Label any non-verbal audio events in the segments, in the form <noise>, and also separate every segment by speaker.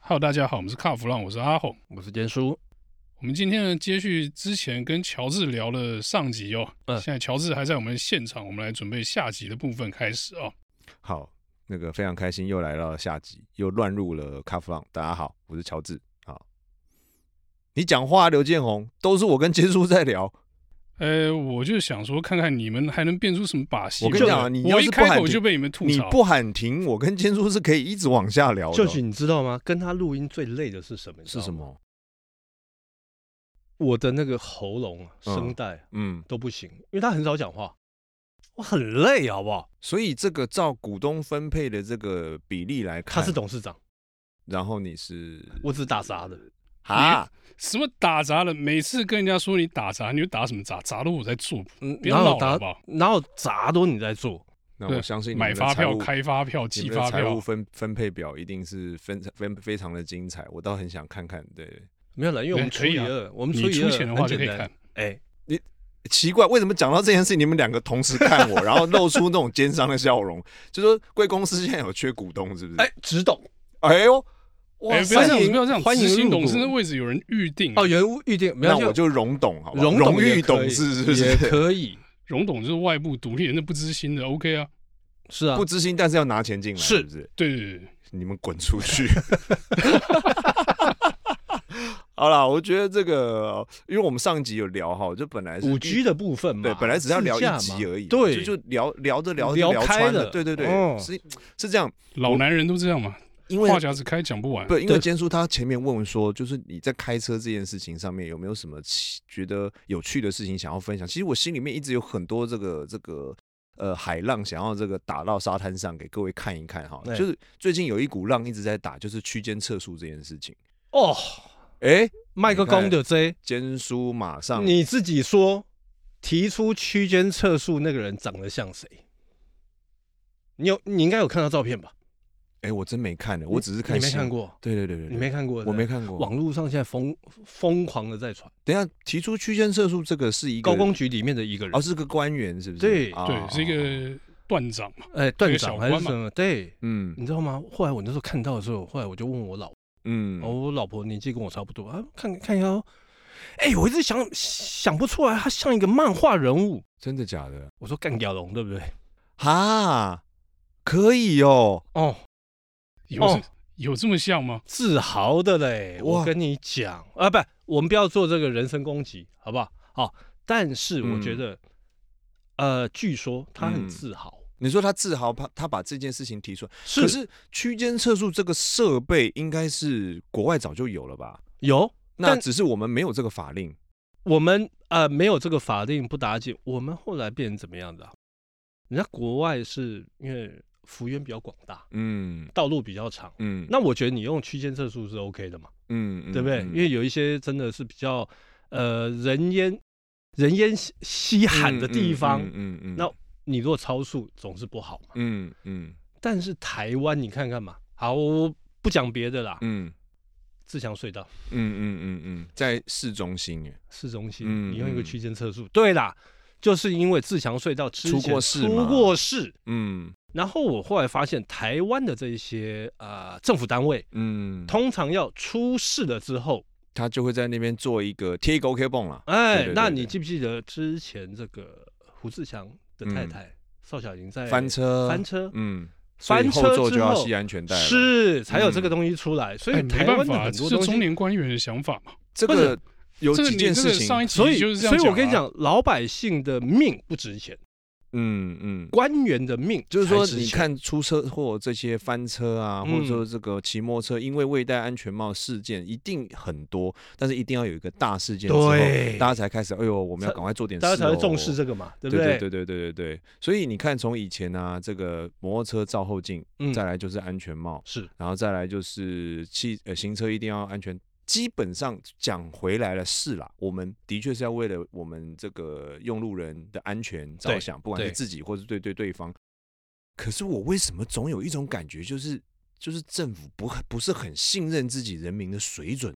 Speaker 1: Hello，大家好，我们是卡弗朗，我是阿红。
Speaker 2: 我是坚叔。
Speaker 1: 我们今天呢，接续之前跟乔治聊了上集哦，
Speaker 2: 嗯
Speaker 1: 现在乔治还在我们现场，我们来准备下集的部分开始哦。
Speaker 3: 好，那个非常开心，又来到了下集，又乱入了卡弗朗。大家好，我是乔治。好，你讲话，啊刘建宏，都是我跟坚叔在聊。
Speaker 1: 呃，我就想说，看看你们还能变出什么把戏。
Speaker 3: 我跟你讲啊你
Speaker 1: 我
Speaker 3: 要
Speaker 1: 一
Speaker 3: 是不
Speaker 1: 开
Speaker 3: 喊
Speaker 1: 口
Speaker 3: 停
Speaker 1: 就被你们吐
Speaker 3: 你
Speaker 1: 槽。
Speaker 3: 不喊停，我跟坚叔是可以一直往下聊的。哦
Speaker 2: 就许你知道吗？跟他录音最累的是什么？你知
Speaker 3: 是
Speaker 2: 道吗
Speaker 3: 什？么？
Speaker 2: 我的那个喉咙啊，
Speaker 3: 嗯
Speaker 2: 声带啊
Speaker 3: 嗯，
Speaker 2: 都不行，因为他很少讲话，我很累，好不好？
Speaker 3: 所以这个照股东分配的这个比例来看，
Speaker 2: 他是，董事长，
Speaker 3: 然后你是
Speaker 2: 我只是打杂的。
Speaker 3: 啊，
Speaker 1: 什么打杂了？每次跟人家说你打杂，你就打什么杂？杂的我在做，
Speaker 2: 嗯，
Speaker 1: 不要闹
Speaker 2: 哪有
Speaker 1: 了好
Speaker 2: 打
Speaker 1: 不好？
Speaker 2: 哪有杂都你在做？
Speaker 3: 那
Speaker 1: 对
Speaker 3: 我相信你
Speaker 1: 买
Speaker 3: 们的
Speaker 1: 发
Speaker 3: 财
Speaker 1: 票、
Speaker 3: 务
Speaker 1: 开发票、
Speaker 3: 你
Speaker 1: 寄
Speaker 3: 们的
Speaker 1: 发
Speaker 3: 财务
Speaker 1: 票。
Speaker 3: 分分配表一定是分分非常的精彩，我倒很想看看。对，
Speaker 2: 没有了，因为我们
Speaker 1: 对
Speaker 2: 除
Speaker 1: 可以
Speaker 2: 以
Speaker 1: 啊
Speaker 2: 二，我们
Speaker 1: 你
Speaker 2: 除以
Speaker 1: 出钱的
Speaker 2: 二
Speaker 1: 话
Speaker 2: 很
Speaker 1: 就可以
Speaker 2: 简单
Speaker 1: 看。。
Speaker 2: 哎，
Speaker 3: 奇怪，为什么讲到这件事，你们两个同时看我，然后露出那种奸商的笑容？ <laughs> 就说贵公司现在有缺股东，是不是？
Speaker 2: 哎，只懂
Speaker 3: 哎呦，哇
Speaker 1: 哎，不要这样
Speaker 2: 欢
Speaker 1: 子，
Speaker 2: 迎
Speaker 1: 不要这样子。
Speaker 2: 欢迎
Speaker 1: 执行
Speaker 2: 入
Speaker 1: 董事
Speaker 2: 股
Speaker 1: 那位置有人预定
Speaker 2: 哦，原屋预定，没
Speaker 3: 那
Speaker 2: 有
Speaker 3: 我就荣董好不好？
Speaker 2: 荣
Speaker 3: 荣
Speaker 2: 董也
Speaker 3: 誉
Speaker 2: 可以
Speaker 3: 董事是不
Speaker 2: 也
Speaker 3: 是？
Speaker 2: 可以，
Speaker 1: 荣董就是外部独立人，那不知心的，OK 啊？
Speaker 2: 是啊
Speaker 3: 不，知心，但是要拿钱进来，
Speaker 2: 是
Speaker 3: 是不是？
Speaker 1: 对对对对，
Speaker 3: 你们滚出去！ <laughs> 好啦，我觉得这个，因为我们上集有聊哈，就本来是
Speaker 2: 五 G 的部分嘛，
Speaker 3: 对，本来只是要聊
Speaker 2: 自驾
Speaker 3: 一
Speaker 2: 嘛
Speaker 3: 集而已，
Speaker 2: 对，
Speaker 3: 就就聊聊着聊着
Speaker 2: 聊
Speaker 3: 聊
Speaker 2: 开
Speaker 3: 穿
Speaker 2: 了
Speaker 3: 对对对，
Speaker 2: 哦
Speaker 3: 是是这样，
Speaker 1: 老男人都这样嘛，
Speaker 3: 因为
Speaker 1: 话匣子开讲不完。
Speaker 3: 不，因
Speaker 2: 对
Speaker 3: 为坚叔他前面问说，就是你在开车这件事情上面有没有什么其觉得有趣的事情想要分享？其实我心里面一直有很多这个这个呃海浪想要这个打到沙滩上给各位看一看哈。
Speaker 2: 对
Speaker 3: 就是最近有一股浪一直在打，就是区间测速这件事情。
Speaker 2: 哦，
Speaker 3: 哎，
Speaker 2: 卖个公的 J，
Speaker 3: 坚叔马上
Speaker 2: 你自己说，提出区间测速那个人长得像谁？你有你应该有看到照片吧？
Speaker 3: 哎，我真没看呢，我只是看
Speaker 2: 你没
Speaker 3: 新
Speaker 2: 看。过，
Speaker 3: 对对对对，
Speaker 2: 你
Speaker 3: 对
Speaker 2: 没看过，
Speaker 3: 我没
Speaker 2: 看
Speaker 3: 看过。
Speaker 2: 网络上现在疯疯狂的在传，
Speaker 3: 等一下提出区间测速这个是一个
Speaker 2: 高工局里面的一个人
Speaker 3: 哦，，是个官员是不是？
Speaker 2: 对
Speaker 3: 啊
Speaker 1: 对，是一个段长嘛。
Speaker 2: 哎，段
Speaker 1: 小
Speaker 2: 长
Speaker 1: 官
Speaker 2: 还
Speaker 1: 嘛
Speaker 2: 是什么？对，
Speaker 3: 嗯
Speaker 2: 你知道吗？后来我那时候看到的时候，后来我就问我老
Speaker 3: 嗯
Speaker 2: 哦，我老婆年纪跟我差不多啊，看看一下哦。哎、我一直想想不出来，他像一个漫画人物。
Speaker 3: 真的假的？
Speaker 2: 我说干屌龙对不对？
Speaker 3: 哈，可以哦，
Speaker 2: 哦，
Speaker 1: 有
Speaker 2: 哦
Speaker 1: 这有这么像吗？
Speaker 2: 自豪的嘞！
Speaker 3: 哇
Speaker 2: 我跟你讲啊，不，我们不要做这个人身攻击，好不好？好，但是我觉得，呃，据说他很
Speaker 3: 嗯
Speaker 2: 自豪，
Speaker 3: 你说他自豪，他他把这件事情提出来，
Speaker 2: 是
Speaker 3: 可是区间测速这个设备应该是国外早就有了吧？
Speaker 2: 有
Speaker 3: 那
Speaker 2: 但
Speaker 3: 只是我们没有这个法令。
Speaker 2: 我们呃没有这个法令不打紧，我们后来变成怎么样的啊、人家国外是因为幅员比较广大，
Speaker 3: 嗯
Speaker 2: 道路比较长。
Speaker 3: 嗯
Speaker 2: 那我觉得你用区间测速是 OK 的嘛，
Speaker 3: 嗯
Speaker 2: 对不对？因为有一些真的是比较呃人烟人烟稀稀罕的地方，
Speaker 3: 嗯嗯
Speaker 2: 那你若超速总是不好嘛。
Speaker 3: 嗯嗯
Speaker 2: 但是台湾你看看嘛，好，我不讲别的啦，
Speaker 3: 嗯
Speaker 2: 自强隧道
Speaker 3: 嗯嗯嗯嗯，在市中心耶，
Speaker 2: 市中心，
Speaker 3: 嗯
Speaker 2: 你用一个
Speaker 3: 嗯
Speaker 2: 区间测速，对啦，就是因为自强隧道之前
Speaker 3: 出过事
Speaker 2: 出
Speaker 3: 嘛
Speaker 2: 过事。
Speaker 3: 嗯
Speaker 2: 然后我后来发现，台湾的这一些呃政府单位，
Speaker 3: 嗯，
Speaker 2: 通常要出事了之后，
Speaker 3: 他就会在那边做一个贴一个 OK 泵啦。
Speaker 2: 哎，
Speaker 3: 对对
Speaker 2: 那
Speaker 3: 对
Speaker 2: 你
Speaker 3: 对
Speaker 2: 记不记得之前这个胡志强的太太、邵小莹在
Speaker 3: 嗯翻车
Speaker 2: 翻车，
Speaker 3: 嗯，所以
Speaker 2: 翻
Speaker 3: 后
Speaker 2: 车
Speaker 3: 座就
Speaker 2: 之
Speaker 3: 要
Speaker 2: 后
Speaker 3: 系安全带了。
Speaker 2: 是才有这个东西出来，所
Speaker 1: 哎，
Speaker 2: 以
Speaker 1: 没
Speaker 2: 台
Speaker 1: 办
Speaker 2: 湾的
Speaker 1: 法，
Speaker 2: 很
Speaker 1: 这
Speaker 2: 多
Speaker 1: 是
Speaker 2: 东
Speaker 1: 中
Speaker 2: 西，
Speaker 1: 年官员的想法嘛。
Speaker 3: 这
Speaker 2: 不是
Speaker 3: 个有
Speaker 1: 这个
Speaker 3: 几
Speaker 1: 你
Speaker 3: 件
Speaker 1: 这个
Speaker 3: 事情，
Speaker 1: 上一集
Speaker 2: 所以
Speaker 1: 就是这
Speaker 2: 所
Speaker 1: 样
Speaker 2: 以我跟你
Speaker 1: 啊，
Speaker 2: 讲，老百姓的命不值钱，
Speaker 3: 嗯嗯，
Speaker 2: 官员的命
Speaker 3: 就是说，
Speaker 2: 才值
Speaker 3: 你
Speaker 2: 钱，
Speaker 3: 看出车祸这些翻车啊，
Speaker 2: 嗯
Speaker 3: 或者说这个骑摩托车因为未戴安全帽事件，一定很多，但是一定要有一个大事件之后
Speaker 2: 对，
Speaker 3: 大家才开始，哎呦，我们要
Speaker 2: 才
Speaker 3: 赶快做点事、
Speaker 2: 大
Speaker 3: 哦，
Speaker 2: 家才会重视这个嘛，对不
Speaker 3: 对对对对对对对，所以你看，从以前啊，这个摩托车照后镜，
Speaker 2: 嗯
Speaker 3: 再来就是安全帽，
Speaker 2: 是
Speaker 3: 然后再来就是汽呃行车一定要安全。基本上讲回来了是啦，我们的确是要为了我们这个用路人的安全着
Speaker 2: 对
Speaker 3: 想，不管是
Speaker 2: 对
Speaker 3: 自己或是对对对方。可是我为什么总有一种感觉，就是就是政府不不是很信任自己人民的水准，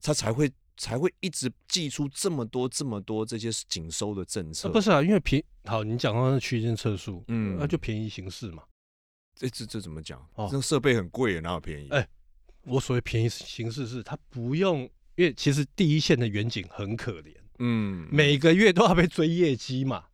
Speaker 3: 他才会才会一直寄出这么多这么多这些紧收的政策。
Speaker 2: 呃不是啊？因为便好，你讲到那区间测速，
Speaker 3: 嗯
Speaker 2: 那就便宜行事嘛。
Speaker 3: 这这这怎么讲？
Speaker 2: 哦
Speaker 3: 这设备很贵，哪有便宜？
Speaker 2: 哎我所谓便宜形式是，他不用，因为其实第一线的远景很可怜，
Speaker 3: 嗯，
Speaker 2: 每个月都要被追业绩嘛，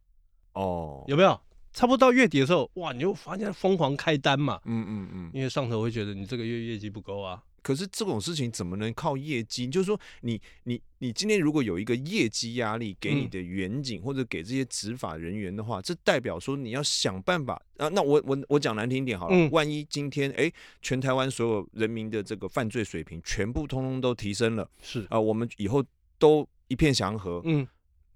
Speaker 3: 哦，
Speaker 2: 有没有？差不多到月底的时候，哇，你就发现疯狂开单嘛，
Speaker 3: 嗯嗯嗯。
Speaker 2: 因为上头会觉得你这个月业绩不够啊，
Speaker 3: 可是这种事情怎么能靠业绩？就是说你，你你今天如果有一个业绩压力给你
Speaker 2: 嗯
Speaker 3: 的远景、或者给这些执法人员的话，这代表说你要想办法啊。那我我我讲难听一点好了，
Speaker 2: 嗯
Speaker 3: 万一今天哎、全台湾所有人民的这个犯罪水平全部通通都提升了
Speaker 2: 是，
Speaker 3: 啊、我们以后都一片祥和，
Speaker 2: 嗯，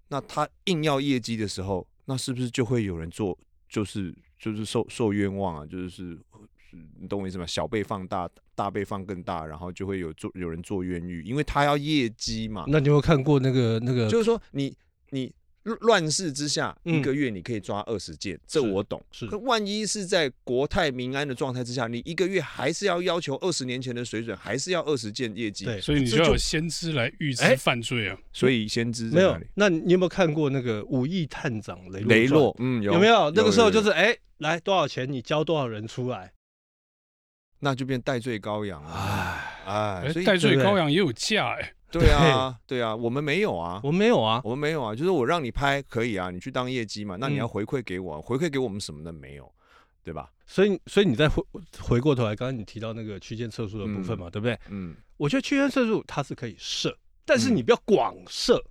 Speaker 3: 那他硬要业绩的时候，那是不是就会有人做，就是就是受受冤枉啊？就是是你懂我意思吗？小被放大，大被放更大，然后就会有做有人做冤狱，因为他要业绩嘛。
Speaker 2: 那你有没有看过那个那个
Speaker 3: 就是说你你乱乱世之下，
Speaker 2: 嗯
Speaker 3: 一个月你可以抓二十件，这
Speaker 2: 是
Speaker 3: 我懂。
Speaker 2: 是
Speaker 3: 可万一是在国泰民安的状态之下，你一个月还是要要求二十年前的水准，还是要二十件业绩。
Speaker 2: 对
Speaker 1: 所以你
Speaker 3: 这
Speaker 1: 就要有先知来预知
Speaker 2: 哎
Speaker 1: 犯罪啊。
Speaker 3: 所以先知在
Speaker 2: 没
Speaker 3: 哪
Speaker 2: 有
Speaker 3: 里？？
Speaker 2: 那你有没有看过那个《武义探长雷洛》？
Speaker 3: 雷洛，，嗯，有
Speaker 2: 有没有？那个时候
Speaker 3: 有有
Speaker 2: 就是，哎，来多少钱，你交多少人出来，
Speaker 3: 那就变戴罪羔羊了。
Speaker 2: 哎，
Speaker 3: 哎，
Speaker 1: 哎
Speaker 3: 所以
Speaker 1: 戴
Speaker 2: 对
Speaker 1: 罪
Speaker 2: 不对
Speaker 1: 羔羊也有价哎、
Speaker 3: 对啊，对啊，我们没有啊，
Speaker 2: 我没有啊，
Speaker 3: 我们没有啊，就是我让你拍可以啊，你去当业绩嘛，那你
Speaker 2: 嗯
Speaker 3: 要回馈给我啊，回馈给我们什么呢？没有，对吧？
Speaker 2: 所以，所以你再回回过头来，刚刚你提到那个区间测速的部分嘛，对不对？
Speaker 3: 嗯，
Speaker 2: 我觉得区间测速它是可以设，但是
Speaker 3: 嗯
Speaker 2: 你不要广设。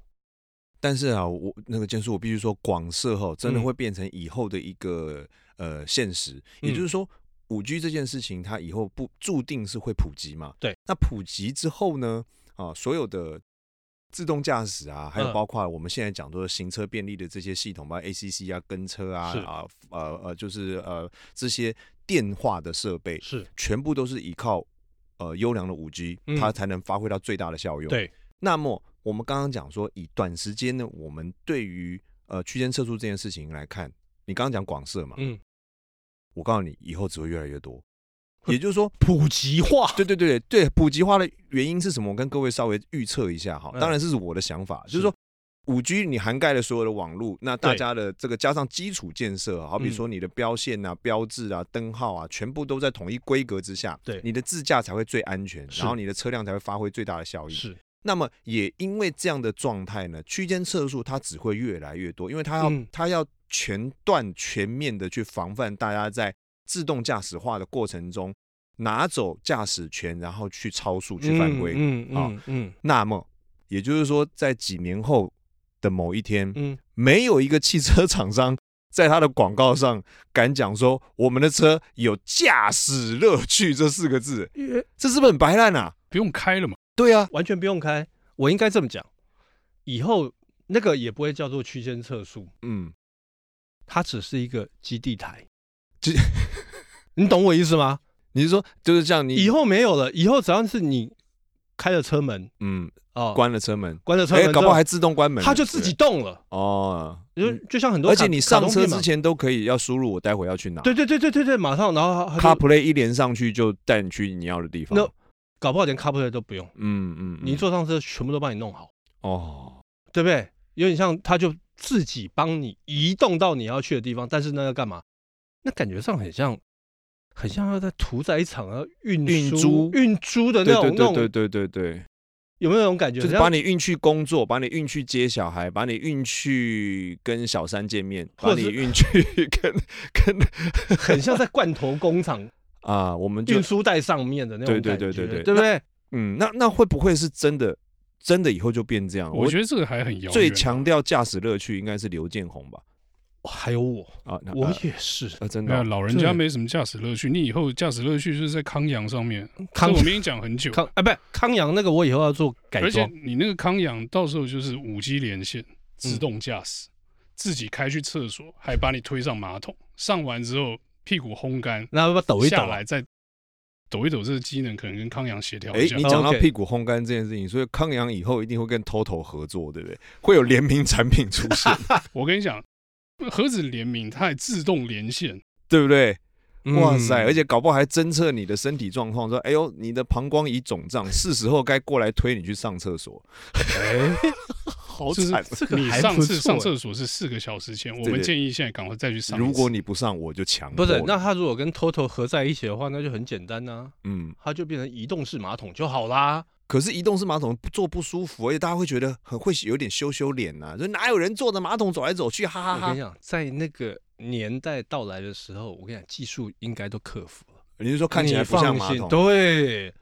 Speaker 3: 但是啊，我那个建叔，我必须说，广设哈，真的
Speaker 2: 嗯
Speaker 3: 会变成以后的一个呃现实，也
Speaker 2: 嗯
Speaker 3: 就是说。五 G 这件事情，它以后不注定是会普及嘛？
Speaker 2: 对。
Speaker 3: 那普及之后呢？啊，所有的自动驾驶啊，还有
Speaker 2: 嗯
Speaker 3: 包括我们现在讲说行车便利的这些系统，包括 ACC 啊、跟车啊
Speaker 2: 是、
Speaker 3: 啊、呃呃，就是呃这些电化的设备，
Speaker 2: 是
Speaker 3: 全部都是依靠呃优良的五 G，
Speaker 2: 嗯
Speaker 3: 它才能发挥到最大的效用。
Speaker 2: 对，
Speaker 3: 那么我们刚刚讲说，以短时间呢，我们对于呃区间测速这件事情来看，你刚刚讲广设嘛，
Speaker 2: 嗯，
Speaker 3: 我告诉你，以后只会越来
Speaker 2: <laughs>
Speaker 3: 越多。也就是说，
Speaker 2: 普及化。
Speaker 3: 对对对对，普及化的原因是什么？我跟各位稍微预测一下哈，
Speaker 2: 嗯
Speaker 3: 当然这是我的想法，就是是说。五 G 你涵盖了所有的网络，那大
Speaker 2: 对
Speaker 3: 家的这个加上基础建设，好比
Speaker 2: 嗯
Speaker 3: 说你的标线啊、标志啊、灯号啊，全部都在统一规格之下，
Speaker 2: 对
Speaker 3: 你的自驾才会最安全，
Speaker 2: 是
Speaker 3: 然后你的车辆才会发挥最大的效益。
Speaker 2: 是，
Speaker 3: 那么也因为这样的状态呢，区间测速它只会越来越多，因为它要、
Speaker 2: 嗯
Speaker 3: 它要全段全面的去防范大家在自动驾驶化的过程中拿走驾驶权，然后去超速去犯规。
Speaker 2: 嗯
Speaker 3: 啊
Speaker 2: 嗯嗯
Speaker 3: 那么也就是说，在几年后的某一天，
Speaker 2: 嗯，
Speaker 3: 没有一个汽车厂商。在它的广告上敢讲说我们的车有驾驶乐趣这四个字，
Speaker 2: 因为
Speaker 3: 这是不是很白烂啊？
Speaker 1: 不用开了嘛。
Speaker 3: 对啊，
Speaker 2: 完全不用开。我应该这么讲，以后那个也不会叫做区间测速，
Speaker 3: 嗯，
Speaker 2: 它只是一个基地台。
Speaker 3: 基 <laughs>
Speaker 2: 你懂我意思吗？
Speaker 3: 你是说就是像你
Speaker 2: 以后没有了，以后只要是你开了车门
Speaker 3: 嗯
Speaker 2: 哦，
Speaker 3: 关了车门，
Speaker 2: 关了车
Speaker 3: 哎、
Speaker 2: 门之后，
Speaker 3: 搞不好还自动关门了，
Speaker 2: 它就自己
Speaker 3: 对
Speaker 2: 动了。
Speaker 3: 哦。
Speaker 2: 就就像很多
Speaker 3: 而
Speaker 2: 卡，
Speaker 3: 且你上
Speaker 2: 卡通
Speaker 3: 车
Speaker 2: 片嘛
Speaker 3: 之，前都可以要输入我待会要去哪，
Speaker 2: 对对对对对对，马上，然后他就
Speaker 3: CarPlay 一连上去就带你去你要的地方。
Speaker 2: 那搞不好连 CarPlay 都不用，
Speaker 3: 嗯嗯，嗯
Speaker 2: 你坐上车全部都帮你弄好，
Speaker 3: 哦，
Speaker 2: 对不对？有点像他就自己帮你移动到你要去的地方，但是那要干嘛？那感觉上很像，很像要在屠宰场要运
Speaker 3: 运
Speaker 2: 输
Speaker 3: 猪
Speaker 2: 运猪的
Speaker 3: 对
Speaker 2: 那种
Speaker 3: 对
Speaker 2: 那
Speaker 3: 对对
Speaker 2: 种，
Speaker 3: 对对对，
Speaker 2: 有没有那种感觉？
Speaker 3: 就是
Speaker 2: 很像
Speaker 3: 把你运去工作，把你运去接小孩，把你运去跟小三见面，把
Speaker 2: 或者
Speaker 3: 你
Speaker 2: 是
Speaker 3: 运去 <laughs> 跟跟
Speaker 2: 很像在罐头工厂
Speaker 3: 啊，我 <laughs> 们就
Speaker 2: 运输带上面的那种
Speaker 3: 对对
Speaker 2: 感觉，
Speaker 3: 对对对
Speaker 2: 对不对？
Speaker 3: 嗯，那那会不会是真的真的以后就变这样？
Speaker 1: 我觉得这个还很遥远。
Speaker 3: 最
Speaker 2: 啊
Speaker 3: 强调驾驶乐趣应该是刘建宏吧？
Speaker 2: 哦还有我，
Speaker 3: 啊，那
Speaker 2: 我
Speaker 3: 呃
Speaker 2: 也是，
Speaker 3: 呃真
Speaker 1: 没
Speaker 3: 的
Speaker 1: 有
Speaker 3: 哦
Speaker 1: 老人家
Speaker 2: 对
Speaker 1: 没什么驾驶乐趣，你以后驾驶乐趣就是在康养上面。
Speaker 2: 康
Speaker 1: 这我们已经讲很久了，
Speaker 2: 康啊，不是康阳那个，我以后要做改
Speaker 1: 而且
Speaker 2: 装，嗯
Speaker 1: 你那个康养到时候就是五 G 连线、自动驾驶，自己开去厕所，还把你推上马桶，上完之后屁股烘干，
Speaker 2: 那要不要抖一抖
Speaker 1: 下
Speaker 2: 啊？
Speaker 1: 来再抖一抖，这个机能可能跟康养协调
Speaker 3: 哎
Speaker 1: 一，下
Speaker 3: 你。讲
Speaker 2: 哦
Speaker 3: 到
Speaker 2: OK
Speaker 3: 屁股烘干这件事情，所以康阳以后一定会跟 Toto 合作，对不对？会有联名产品出现，
Speaker 2: <laughs>
Speaker 1: 我跟你讲，何止联名，它还自动连线。
Speaker 3: 对不对？
Speaker 2: 嗯
Speaker 3: 哇塞！而且搞不好还侦测你的身体状况，说：“哎呦， <laughs> 你的膀胱已肿胀，是时候该过来推你去上厕所。
Speaker 2: 哎，
Speaker 3: 好
Speaker 1: 就是
Speaker 3: 惨。
Speaker 2: 这个
Speaker 1: 你
Speaker 2: 还
Speaker 1: 上
Speaker 2: 不
Speaker 1: 次上
Speaker 2: 错
Speaker 1: 厕所是四个小时前，我
Speaker 3: 对
Speaker 1: 们
Speaker 3: 对
Speaker 1: 建议现在赶快再去上一次。
Speaker 3: 如果你不上，我就强
Speaker 2: 不
Speaker 3: 迫你。
Speaker 2: 是，那他如果跟 Toto 合在一起的话，那就很简单呐、
Speaker 3: 嗯，
Speaker 2: 它就变成移动式马桶就好啦。
Speaker 3: 可是移动式马桶坐不舒服，而且大家会觉得很会有点羞羞脸呐、就哪有人坐着马桶走来走去，哈啊哈
Speaker 2: 我跟
Speaker 3: 哈
Speaker 2: 你讲，在那个年代到来的时候，我跟你讲，技术应该都克服了，
Speaker 3: 你是说看起来
Speaker 2: 你
Speaker 3: 不像
Speaker 2: 放
Speaker 3: 马
Speaker 2: 心，
Speaker 3: 桶？
Speaker 2: 对，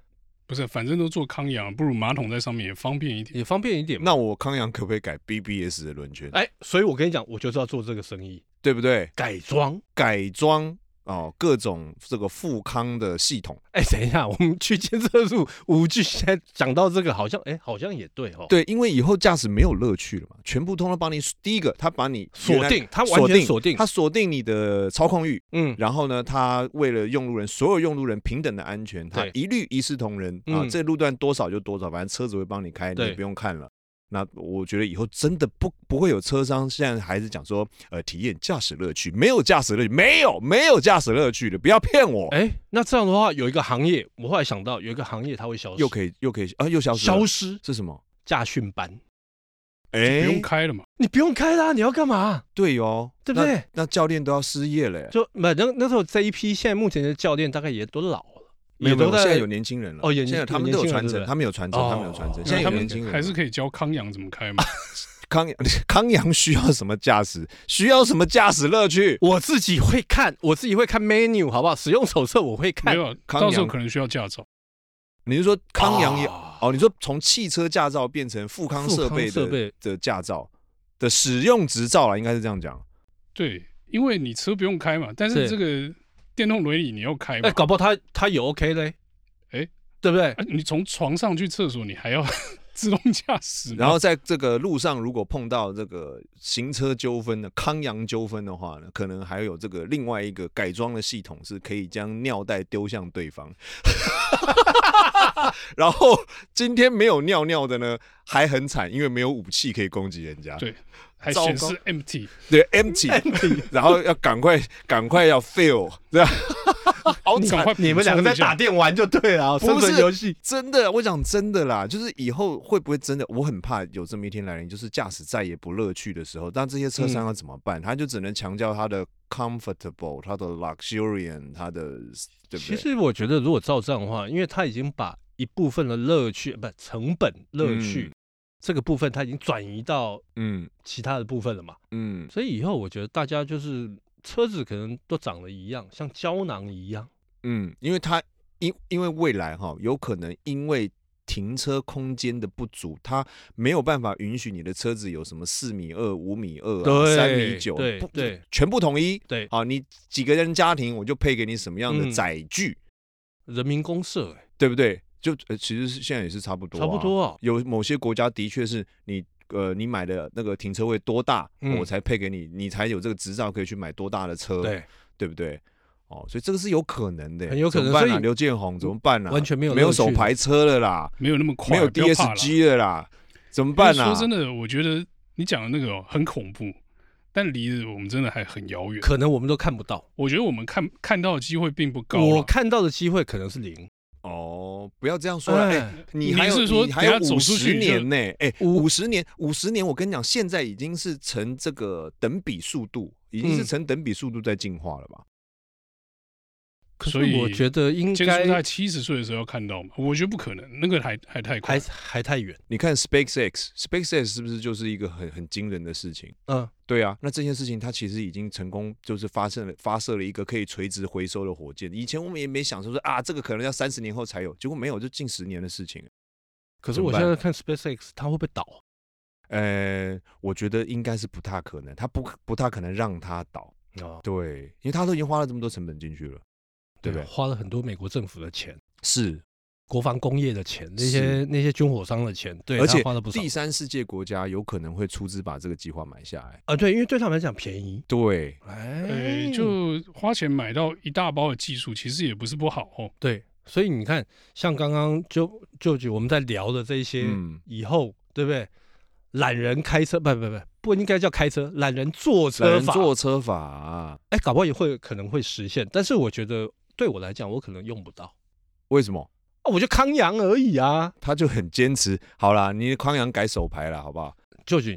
Speaker 1: 不是，反正都做康养，不如马桶在上面也方便一点。
Speaker 2: 也方便一点嘛。
Speaker 3: 那我康阳可不可以改 BBS 的轮圈？
Speaker 2: 哎，所以我跟你讲，我就是要做这个生意，
Speaker 3: 对不对？
Speaker 2: 改装。
Speaker 3: 改装哦，各种这个富康的系统。
Speaker 2: 哎，等一下，我们去监测数五 G，现在讲到这个，好像哎，好像也对哦。，
Speaker 3: 对，因为以后驾驶没有乐趣了嘛，全部通通帮你。第一个，他把你
Speaker 2: 锁
Speaker 3: 原来
Speaker 2: 定，它完
Speaker 3: 锁
Speaker 2: 全
Speaker 3: 定，
Speaker 2: 锁定。
Speaker 3: 他锁定你的操控欲，
Speaker 2: 嗯，
Speaker 3: 然后呢，他为了用路人所有用路人平等的安全，他
Speaker 2: 对
Speaker 3: 一律一视同仁啊，
Speaker 2: 嗯
Speaker 3: 这路段多少就多少，反正车子会帮你开，你也
Speaker 2: 对
Speaker 3: 不用看了。那我觉得以后真的不不会有车商现在还是讲说，呃，体验驾驶乐趣，没有驾驶乐趣，没有没有驾驶乐趣的，不要骗我。
Speaker 2: 哎，那这样的话，有一个行业，我后来想到有一个行业它会消失，
Speaker 3: 又可以又可以啊，又消失了
Speaker 2: 消失
Speaker 3: 是什么？
Speaker 2: 驾训班，
Speaker 1: 不
Speaker 3: 哎
Speaker 1: 用，开了嘛，
Speaker 2: 你不用开啦，你要干嘛？
Speaker 3: 对哦，
Speaker 2: 对不
Speaker 3: 那
Speaker 2: 对？
Speaker 3: 那教练都要失业了耶，
Speaker 2: 就那那那时候这一批现在目前的教练大概也都老了，
Speaker 3: 没
Speaker 2: 也
Speaker 3: 有没
Speaker 2: 都
Speaker 3: 有，
Speaker 2: 在
Speaker 3: 现在有年轻人了
Speaker 2: 哦有
Speaker 3: 现在
Speaker 2: 年
Speaker 3: 他
Speaker 2: 有
Speaker 3: 们
Speaker 2: 年
Speaker 3: 都有
Speaker 2: 轻人
Speaker 3: 传
Speaker 2: 对不
Speaker 3: 承，
Speaker 2: 对
Speaker 3: 他们有传承，他们有传承，
Speaker 2: 哦
Speaker 3: 现
Speaker 1: 他
Speaker 3: 在有年
Speaker 1: 们
Speaker 3: 轻人
Speaker 1: 还
Speaker 3: 了
Speaker 1: 是可以教康养怎么开
Speaker 3: <laughs>
Speaker 1: 嘛。
Speaker 3: 康康阳需要什么驾驶？需要什么驾驶乐趣？
Speaker 2: 我自己会看，我自己会看 menu 好不好？使用手册我会
Speaker 1: 没
Speaker 2: 看。
Speaker 1: 有，啊
Speaker 3: 康
Speaker 1: 到时候
Speaker 3: 养
Speaker 1: 可能需要驾照。
Speaker 3: 你是说康阳也？
Speaker 2: 啊
Speaker 3: 哦，你说从汽车驾照变成富康
Speaker 2: 富
Speaker 3: 设备
Speaker 2: 康设
Speaker 3: 的
Speaker 2: 备
Speaker 3: 的驾照的使用执照了，应该是这样讲。
Speaker 1: 对，因为你车不用开嘛，但
Speaker 2: 对
Speaker 1: 是这个电动轮椅你要开嘛
Speaker 2: 哎，，搞不好他他有 OK 嘞，
Speaker 1: 哎，
Speaker 2: 对不对？
Speaker 1: 啊你从床上去厕所，你还要 <laughs> 自动驾驶吗，
Speaker 3: 然后在这个路上，如果碰到这个行车纠纷的康阳纠纷的话呢，可能还有这个另外一个改装的系统是可以将尿袋丢向对方。 <laughs> 然后今天没有尿尿的呢，还很惨，因为没有武器可以攻击人家。
Speaker 1: 对还
Speaker 3: 糟
Speaker 1: 显
Speaker 3: 糕
Speaker 1: 示 empty，
Speaker 3: 对，empty，然后要赶快赶快要 fail，对吧？好
Speaker 1: 你
Speaker 3: 惨
Speaker 1: 赶快
Speaker 2: 你们两个在打
Speaker 1: 补充一下
Speaker 2: 电玩就对了，啊
Speaker 3: 不是
Speaker 2: 生存游戏。
Speaker 3: 真的，我讲真的啦，就是以后会不会真的？我很怕有这么一天来临，就是驾驶再也不乐趣的时候，那这些车
Speaker 2: 嗯
Speaker 3: 商要怎么办？他就只能强调他的 comfortable，他的 luxuriant，他的对不
Speaker 2: 其
Speaker 3: 对？
Speaker 2: 实我觉得，如果照这样的话，因为他已经把一部分的乐趣，不成本乐趣、这个部分，他已经转移到
Speaker 3: 嗯
Speaker 2: 其他的部分了嘛。
Speaker 3: 嗯，
Speaker 2: 所以以后我觉得大家就是车子可能都长得一样，像胶囊一样。
Speaker 3: 嗯，因为它因因为未来哈，有可能因为停车空间的不足，它没有办法允许你的车子有什么四米二、五米二、啊、
Speaker 2: 对
Speaker 3: 三米九，
Speaker 2: 对
Speaker 3: 不
Speaker 2: 对，
Speaker 3: 全部统一。
Speaker 2: 对，
Speaker 3: 好，你几个人家庭，我就配给你什么样的
Speaker 2: 嗯
Speaker 3: 载具，
Speaker 2: 人民公社、哎
Speaker 3: 对不对？就呃，其实是现在也是差不多、
Speaker 2: 差不。多啊。
Speaker 3: 有某些国家的确是你呃，你买的那个停车位多大，
Speaker 2: 嗯
Speaker 3: 我才配给你，你才有这个执照可以去买多大的车，
Speaker 2: 对，
Speaker 3: 对不对？哦，所以这个是有可能的，
Speaker 2: 很有可能
Speaker 3: 怎么办啊
Speaker 2: 所以
Speaker 3: 刘建宏怎么办啊？
Speaker 2: 完全没有
Speaker 3: 没有
Speaker 2: 乐趣
Speaker 3: 手
Speaker 2: 的
Speaker 3: 排车了啦，
Speaker 1: 没有那么快，啊
Speaker 3: 没有
Speaker 1: 不要怕啦
Speaker 3: DSG 了啦，怎么办
Speaker 1: 因为
Speaker 3: 啊
Speaker 1: 说？真的，我觉得你讲的那个、哦、很恐怖，但离我们真的还很遥远。
Speaker 2: 可能我们都看不到。
Speaker 1: 我觉得我们看看到的机会并不高啊啦。
Speaker 2: 我看到的机会可能是零。
Speaker 3: 哦，不要这样说啦，哎、
Speaker 2: 哎
Speaker 3: 你还有
Speaker 1: 你是说
Speaker 3: 你还
Speaker 1: 等
Speaker 3: 有
Speaker 1: 下走
Speaker 3: 五
Speaker 1: 出去
Speaker 3: 十
Speaker 1: 就
Speaker 3: 年呢、哎、
Speaker 2: 五
Speaker 3: 五十年，五十年，我跟你讲，现在已经是成这个等比速度，已经是
Speaker 2: 嗯
Speaker 3: 成等比速度在进化了吧？
Speaker 2: 可
Speaker 1: 所
Speaker 2: 是
Speaker 1: 以
Speaker 2: 我觉得应
Speaker 1: 坚
Speaker 2: 该
Speaker 1: 叔在七十岁的时候要看到嘛，我觉得不可能，那个还还太快
Speaker 2: 还。还太远。
Speaker 3: 你看 SpaceX，SpaceX 是不是就是一个很很惊人的事情？
Speaker 2: 嗯，
Speaker 3: 对啊，那这件事情它其实已经成功，就是发射了发射了一个可以垂直回收的火箭。以前我们也没想说说啊，这个可能要三十年后才有，结果没有，就近十年的事情。
Speaker 2: 可是
Speaker 3: 怎么
Speaker 2: 我
Speaker 3: 办
Speaker 2: 现在看 SpaceX，它会不会倒？啊
Speaker 3: 呃，我觉得应该是不大可能，它不不大可能让它倒。
Speaker 2: 哦，
Speaker 3: 对，因为它都已经花了这么多成本进去了，对不对？
Speaker 2: 花了很多美国政府的钱。
Speaker 3: 是，
Speaker 2: 国防工业的钱，那
Speaker 3: 是
Speaker 2: 些那些军火商的钱，对，
Speaker 3: 而
Speaker 2: 他
Speaker 3: 且
Speaker 2: 花了不少
Speaker 3: 第三世界国家有可能会出资把这个计划买下来。
Speaker 2: 啊，对，因为对他们来讲便宜，
Speaker 3: 对，
Speaker 2: 哎
Speaker 1: 呃，就花钱买到一大包的技术，其实也不是不好哦。
Speaker 2: 对，所以你看，像刚刚就就就我们在聊的这些，
Speaker 3: 嗯，
Speaker 2: 以后对不对？懒人开车，不不不，不应该叫开车，懒人坐
Speaker 3: 懒
Speaker 2: 车
Speaker 3: 人
Speaker 2: 法，
Speaker 3: 坐车法，
Speaker 2: 哎，搞不好也会可能会实现，但是我觉得对我来讲，我可能用不到
Speaker 3: 为什么？
Speaker 2: 啊，我就康阳而已啊，
Speaker 3: 他就很坚持。好啦，你的康阳改手牌了，好不好？
Speaker 2: 舅舅，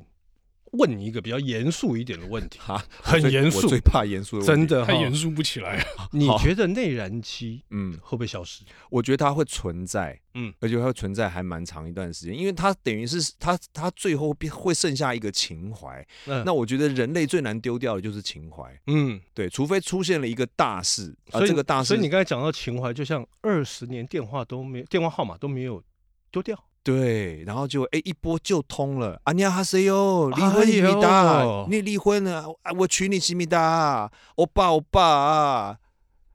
Speaker 2: 问你一个比较严肃一点的问题，
Speaker 3: 哈，
Speaker 2: 很
Speaker 3: 最
Speaker 2: 严
Speaker 3: 我
Speaker 2: 肃
Speaker 3: 最，怕严肃的问
Speaker 2: 真
Speaker 3: 题。
Speaker 2: 的哈
Speaker 1: 太。严肃不起来啊。
Speaker 2: 你
Speaker 3: 好
Speaker 2: 觉得内燃机
Speaker 3: 嗯，
Speaker 2: 会不会消失？
Speaker 3: 我觉得它会存在，
Speaker 2: 嗯，
Speaker 3: 而且它会存在还蛮长一段时间，因为它等于是它它最后变会剩下一个情怀。
Speaker 2: 嗯
Speaker 3: 那我觉得人类最难丢掉的就是情怀，
Speaker 2: 嗯，
Speaker 3: 对，除非出现了一个大事，啊、
Speaker 2: 所以
Speaker 3: 这个大事，
Speaker 2: 所以你刚才讲到情怀，就像二十年电话都没有电话号码都没有丢掉，
Speaker 3: 对，然后就哎一波就通了。啊，你好，哈谁哟？离
Speaker 2: 哎
Speaker 3: 婚西米达
Speaker 2: 呦，
Speaker 3: 你离婚了啊？我娶你西米达，欧巴欧巴啊，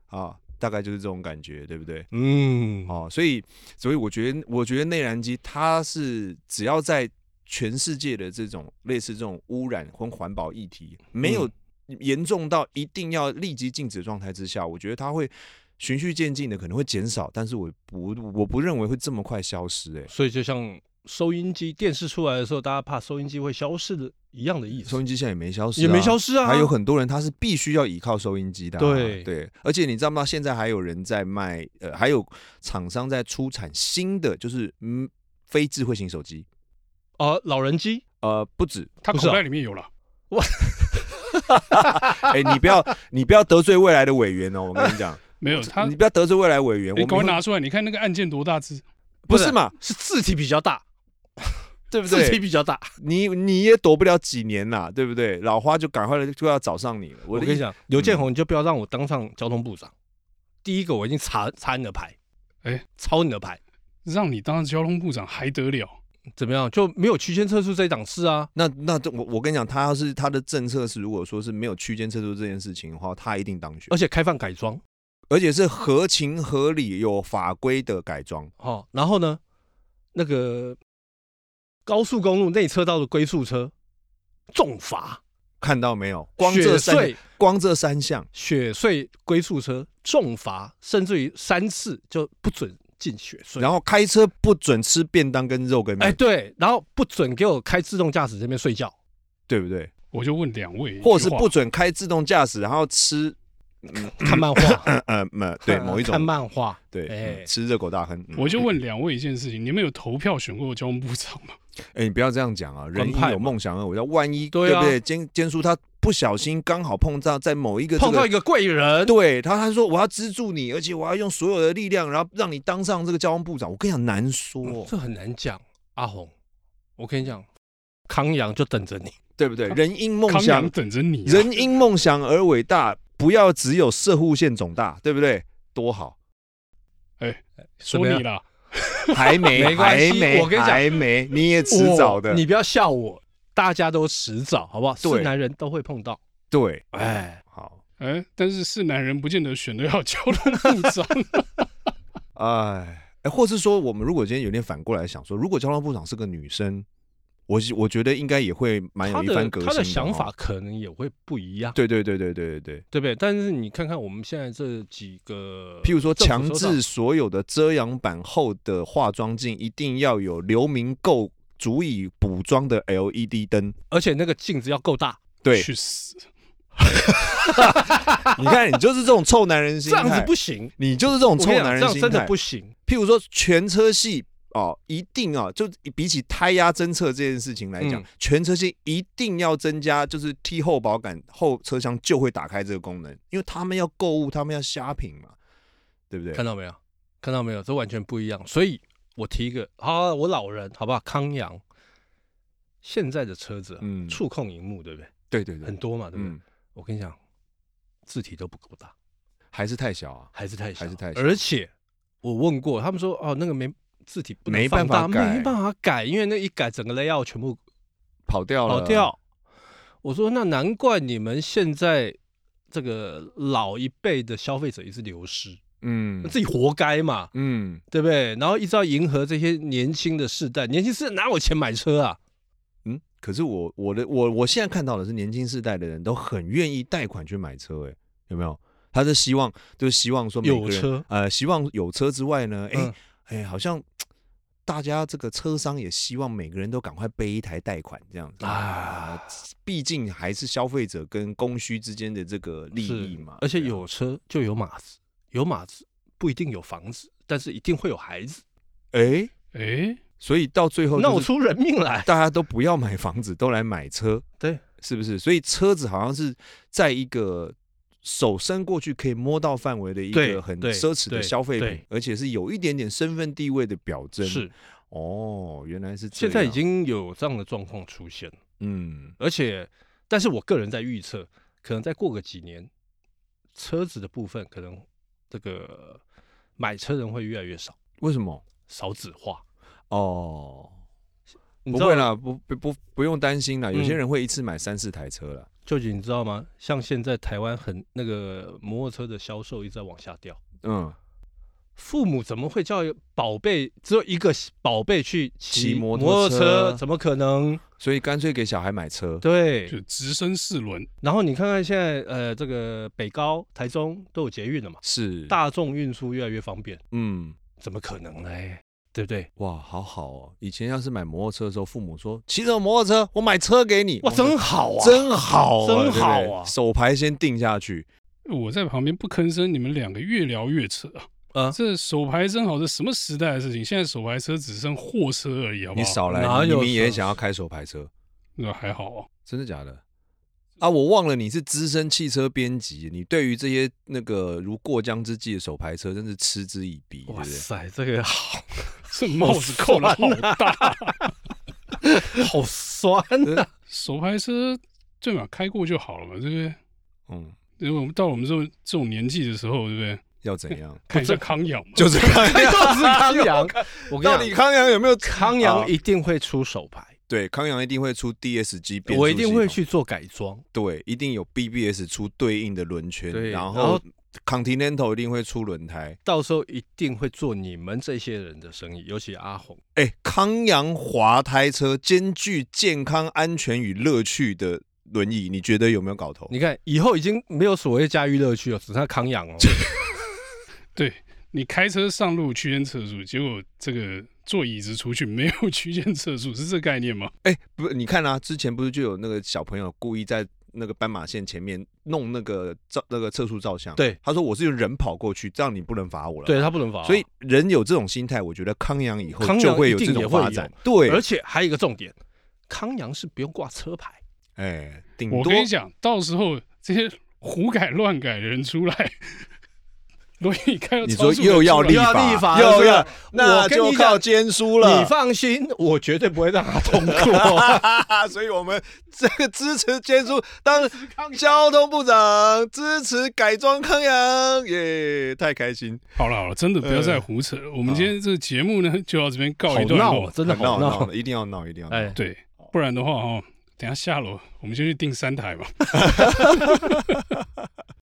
Speaker 3: 啊，大概就是这种感觉，对不对？
Speaker 2: 嗯
Speaker 3: 哦，所以所以我觉得，我觉得内燃机它是只要在全世界的这种类似这种污染或环保议题
Speaker 2: 嗯
Speaker 3: 没有严重到一定要立即禁止的状态之下，我觉得它会循序渐进的可能会减少，但是我不我不认为会这么快消失、哎，
Speaker 2: 所以就像收音机电视出来的时候，大家怕收音机会消失的一样的意
Speaker 3: 收
Speaker 2: 思，
Speaker 3: 音机现在也没消失、
Speaker 2: 也没
Speaker 3: 失、
Speaker 2: 消失啊，
Speaker 3: 还有很多人他是必须要依靠收音机的、啊，
Speaker 2: 对
Speaker 3: 对，而且你知道吗？现在还有人在卖，呃，还有厂商在出产新的，就是嗯非智慧型手机。
Speaker 2: 哦，老人机
Speaker 3: 呃，
Speaker 2: <laughs>
Speaker 3: 不止，
Speaker 1: 他
Speaker 2: 不是啊
Speaker 1: 口袋里面有了，
Speaker 3: 哎、你不要，你不要得罪未来的委员哦！我跟你
Speaker 2: <laughs>
Speaker 3: 讲，
Speaker 1: 没有他
Speaker 3: 你，不要得罪未来委员。
Speaker 1: 你
Speaker 3: 我
Speaker 1: 赶快
Speaker 3: 们
Speaker 1: 拿出来，你看那个按键多大只，
Speaker 3: 不是嘛？
Speaker 2: 是字体比较 <laughs> 大，
Speaker 3: 对不
Speaker 2: 字体
Speaker 3: 对？
Speaker 2: 比较大。
Speaker 3: 你你也躲不了几年呐、对不对？老花就赶快就要找上你了。
Speaker 2: 我嗯
Speaker 3: 的
Speaker 2: 跟
Speaker 3: 意
Speaker 2: 你，讲，刘建宏，你就不要让我当上交通部长。第一个，我已经查查你的牌，
Speaker 1: 哎
Speaker 2: 抄你的牌，
Speaker 1: 让你当交通部长还得了？
Speaker 2: 怎么样？就没有区间测速这一档事啊？
Speaker 3: 那那这我我跟你讲，他要是他的政策是，如果说是没有区间测速这件事情的话，他一定当选，
Speaker 2: 而且开放改装，
Speaker 3: 而且是合情合理、有法规的改装。
Speaker 2: 哦，然后呢，那个高速公路内车道的龟速车重罚，
Speaker 3: 看到没有？光这
Speaker 2: 雪
Speaker 3: 三
Speaker 2: 隧
Speaker 3: 光这三项，
Speaker 2: 雪隧龟速车重罚，甚至于三次就不准进雪隧。
Speaker 3: 然后开车不准吃便当跟肉跟面，
Speaker 2: 哎，对，然后不准给我开自动驾驶这边睡觉，
Speaker 3: 对不对？
Speaker 1: 我就问两位一句话，
Speaker 3: 或者是不准开自动驾驶，然后吃
Speaker 2: 看漫画，
Speaker 3: 嗯呃呃，
Speaker 2: <laughs>
Speaker 3: 对某一
Speaker 2: 看
Speaker 3: 种
Speaker 2: 漫画，
Speaker 3: 对、
Speaker 2: 哎
Speaker 3: 嗯吃热狗大亨。嗯
Speaker 1: 我就问两位一件事情：你们有投票选过交通部长吗？
Speaker 3: <laughs> 哎，你不要这样讲啊，人
Speaker 2: 官派
Speaker 3: 因有
Speaker 2: 嘛
Speaker 3: 梦想而伟大，万一
Speaker 2: 对啊
Speaker 3: 不对？坚坚叔他不小心刚好碰到在某一个这
Speaker 2: 碰到
Speaker 3: 个
Speaker 2: 一个贵人，
Speaker 3: 对他，他说我要资助你，而且我要用所有的力量，然后让你当上这个交通部长。我跟你讲难
Speaker 2: <laughs>
Speaker 3: 说，
Speaker 2: 这很难讲。阿红，我跟你讲，康阳就等着你。
Speaker 3: 对不对？人因梦
Speaker 1: 康
Speaker 3: 想
Speaker 1: 阳，等着你、啊，
Speaker 3: 人因梦想而伟大，不要只有射户线总大，对不对？多好，
Speaker 1: 说你啦，
Speaker 3: 还
Speaker 2: <laughs>
Speaker 3: 没，
Speaker 2: 没关系
Speaker 3: 还没，
Speaker 2: 我跟你讲
Speaker 3: 还没，你也迟早的
Speaker 2: 哦，你不要笑我，大家都迟早，好不好？
Speaker 3: 对
Speaker 2: 是男人都会碰到。
Speaker 3: 对，
Speaker 2: 哎，
Speaker 3: 好。
Speaker 1: 哎、但是是男人不见得选得了交通部长。
Speaker 3: 哎，哎或是说，我们如果今天有点反过来想说，如果交通部长是个女生，我是我觉得应该也会蛮
Speaker 2: 他
Speaker 3: 有一番
Speaker 2: 的
Speaker 3: 革新
Speaker 2: 他
Speaker 3: 的
Speaker 2: 的想
Speaker 3: 哦
Speaker 2: 法，呃可能也会不一样，
Speaker 3: 对对对对对对对。
Speaker 2: 对不对？但是你看看我们现在这几个，
Speaker 3: 譬如说，
Speaker 2: 政
Speaker 3: 强
Speaker 2: 府首长
Speaker 3: 制所有的遮阳板后的化妆镜一定要有流明够足以补妆的 LED 灯。
Speaker 2: 而且那个镜子要够大，
Speaker 3: <laughs> 对，
Speaker 1: 去死！
Speaker 3: 你看，你就是这种臭男人
Speaker 2: <laughs> 这
Speaker 3: 心
Speaker 2: 样子
Speaker 3: 态，
Speaker 2: 不行。
Speaker 3: 你就是这种
Speaker 2: 我
Speaker 3: 臭
Speaker 2: 跟你
Speaker 3: 男
Speaker 2: 讲，
Speaker 3: 人
Speaker 2: 这样
Speaker 3: 心
Speaker 2: 真的
Speaker 3: 态。
Speaker 2: 不行。
Speaker 3: 譬如说，全车系哦，一定啊，就比起胎压侦测这件事情来讲，
Speaker 2: 嗯
Speaker 3: 全车系一定要增加，就是梯后保杆后车厢就会打开这个功能，因为他们要购物，他们要 shopping 嘛，对不
Speaker 2: 看
Speaker 3: 对？
Speaker 2: 到没有？看到没有？这完全不一样。所以我提一个，好、我老人，好不好？康阳现在的车子啊、
Speaker 3: 嗯
Speaker 2: 触控荧幕，对不对？
Speaker 3: 对对对，
Speaker 2: 很多嘛，对不对？
Speaker 3: 嗯，
Speaker 2: 我跟你讲，字体都不够大，
Speaker 3: 还是太小啊，
Speaker 2: 还是太小，
Speaker 3: 还是太小
Speaker 2: 而且我问过，他们说哦，那个没字体不能
Speaker 3: 没
Speaker 2: 放大
Speaker 3: 办法改
Speaker 2: 没办法改，因为那一改整个 layout 全部
Speaker 3: 跑掉了，
Speaker 2: 跑掉。我说那难怪你们现在这个老一辈的消费者一直流失，
Speaker 3: 嗯
Speaker 2: 那自己活该嘛，
Speaker 3: 嗯，
Speaker 2: 对不对？然后一直要迎合这些年轻的世代，年轻世代哪有钱买车啊？
Speaker 3: 嗯，可是我我的我我现在看到的是年轻世代的人都很愿意贷款去买车、欸，有没有？他是希望就是希望说每
Speaker 2: 有
Speaker 3: 个人
Speaker 2: 车
Speaker 3: 呃，希望有车之外呢，哎、
Speaker 2: 嗯
Speaker 3: 哎、好像大家这个车商也希望每个人都赶快背一台贷款这样子
Speaker 2: 啊
Speaker 3: 啊，毕竟还是消费者跟供需之间的这个利益嘛，
Speaker 2: 而且
Speaker 3: 对啊
Speaker 2: 有车就有马子，有马子不一定有房子，但是一定会有孩子。
Speaker 3: 哎、
Speaker 1: 哎、
Speaker 3: 所以到最后
Speaker 2: 闹
Speaker 3: 哦就是
Speaker 2: 出人命来。
Speaker 3: 大家都不要买房子，都来买车，
Speaker 2: 对，
Speaker 3: 是不是？所以车子好像是在一个手伸过去可以摸到范围的一
Speaker 2: 对
Speaker 3: 个很
Speaker 2: 对
Speaker 3: 奢侈的
Speaker 2: 对
Speaker 3: 消费品
Speaker 2: 对，
Speaker 3: 而且是有一点点身份地位的表征。
Speaker 2: 是，
Speaker 3: 哦，原来是
Speaker 2: 现
Speaker 3: 这样。
Speaker 2: 在已经有这样的状况出现了，
Speaker 3: 嗯，
Speaker 2: 而且，但是我个人在预测，可能再过个几年，车子的部分可能这个买车人会越来越少，
Speaker 3: 为什么？
Speaker 2: 少子化。
Speaker 3: 哦，
Speaker 2: 你
Speaker 3: 不
Speaker 2: 知道
Speaker 3: 会啦，不不不不用担心啦，有些
Speaker 2: 嗯
Speaker 3: 人会一次买三四台车啦。
Speaker 2: 舅舅，你知道吗？像现在台湾很那个摩托车的销售一直在往下掉，
Speaker 3: 嗯，
Speaker 2: 父母怎么会叫宝贝只有一个宝贝去骑
Speaker 3: 骑摩托
Speaker 2: 托
Speaker 3: 车
Speaker 2: 怎么可能？
Speaker 3: 所以干脆给小孩买车。
Speaker 2: 对，
Speaker 1: 就直升四轮，
Speaker 2: 然后你看看现在呃，这个北高、台中都有捷运了嘛，
Speaker 3: 是，
Speaker 2: 大众运输越来越方便，
Speaker 3: 嗯，
Speaker 2: 怎么可能呢？对不对？
Speaker 3: 哇，好好哦。以前要是买摩托车的时候，父母说骑什么摩托车，我买车给你。
Speaker 2: 哇，真好啊！
Speaker 3: 真好啊、
Speaker 2: 真
Speaker 3: 对不对
Speaker 2: 好啊
Speaker 3: 手牌先定下去，
Speaker 1: 我在旁边不吭声，你们两个越聊越扯啊！
Speaker 2: 啊
Speaker 3: 嗯
Speaker 1: 这手牌真好，这什么时代的事情？现在手牌车只剩货车而已，好不
Speaker 3: 你
Speaker 1: 好？
Speaker 3: 少来，
Speaker 2: 哪
Speaker 3: 你
Speaker 2: 有
Speaker 3: 明明也
Speaker 2: 手
Speaker 3: 想要开手牌车，
Speaker 1: 那还好
Speaker 3: <laughs>
Speaker 1: 啊，
Speaker 3: 真的假的？啊，我忘了你是资深汽车编辑，你对于这些那个如过江之鲫的手牌车，真是嗤之以鼻，对不
Speaker 2: 哇
Speaker 3: 对？
Speaker 2: 塞，这个好
Speaker 1: 这帽子扣的好
Speaker 3: 啊
Speaker 1: 大。
Speaker 2: <laughs> 好酸啊 <laughs> 呐、
Speaker 1: 手牌车对吧？开过就好了嘛，对不对？
Speaker 3: 嗯，
Speaker 1: 因为我们到我们这种这种年纪的时候，对不对？
Speaker 3: 要怎
Speaker 2: <laughs>
Speaker 3: 样？
Speaker 1: 看一下康养嘛，
Speaker 3: 就是康 <laughs>
Speaker 2: 这
Speaker 3: 阳，
Speaker 2: 哎就是康阳，我跟
Speaker 3: 到
Speaker 2: 你
Speaker 3: 底
Speaker 2: 讲，
Speaker 3: 康阳有没有？
Speaker 2: 康
Speaker 3: 啊
Speaker 2: 阳一定会出手牌，
Speaker 3: 对，康阳一定会出 DSG 变速
Speaker 2: 我一定会
Speaker 3: 系
Speaker 2: 去
Speaker 3: 统，
Speaker 2: 做改装。
Speaker 3: 对，一定有 BBS 出对应的轮圈，
Speaker 2: 对
Speaker 3: 然
Speaker 2: 然
Speaker 3: 后
Speaker 2: 后
Speaker 3: Continental 一定会出轮胎。
Speaker 2: 到时候一定会做你们这些人的生意，尤其阿红。
Speaker 3: 哎、康阳滑胎车兼具健康、安全与乐趣的轮椅，你觉得有没有搞头？
Speaker 2: 你看，以后已经没有所谓家娱乐区了，只剩下康养哦。
Speaker 1: 对你开车上路区间测速，结果这个坐椅子出去没有区间测速，是这概念吗？
Speaker 3: 哎、不，你看啊，之前不是就有那个小朋友故意在那个斑马线前面弄那个照那个测速照相？
Speaker 2: 对，
Speaker 3: 他说我是用人跑过去，这样你不能啊罚 <laughs> 我了。，
Speaker 2: 对他不能罚哦、
Speaker 3: 所以人有这种心态，我觉得康阳以后
Speaker 2: 康阳
Speaker 3: 就会有
Speaker 2: 一定
Speaker 3: 这种
Speaker 2: 也会
Speaker 3: 发展
Speaker 2: 有。
Speaker 3: 对，
Speaker 2: 而且还有一个重点，康阳是不用挂车牌，
Speaker 3: 哎、顶
Speaker 1: 我
Speaker 3: 多
Speaker 1: 跟你讲，到时候这些胡改乱改的人出来， <laughs> 轮椅开到
Speaker 3: 你
Speaker 1: 超
Speaker 3: 说
Speaker 1: 速的
Speaker 3: 又要
Speaker 1: 出来
Speaker 3: 立
Speaker 2: 又要立
Speaker 3: 法，
Speaker 2: 法了
Speaker 3: 又
Speaker 2: 是
Speaker 3: 要
Speaker 2: 吧，
Speaker 3: 那
Speaker 2: 我跟
Speaker 3: 就
Speaker 2: 你
Speaker 3: 靠
Speaker 2: 讲
Speaker 3: 监书了。
Speaker 2: 你放心，我绝对不会让他通过。
Speaker 3: <laughs> 所以我们这个支持监督当交通部长，支持改装康阳，耶，太开心，
Speaker 1: 好了好了，真的不要再胡扯了。我们今天这个节目呢，就到这边 <laughs> 告一段
Speaker 2: 闹
Speaker 1: 落
Speaker 2: 啊，。真的
Speaker 3: 很哎啊闹
Speaker 2: 好
Speaker 3: 闹
Speaker 2: 闹。
Speaker 3: 的，一定要闹，一定要闹。
Speaker 2: 哎，
Speaker 1: 对，不然的话哦，等一下下楼我们就去订三台吧。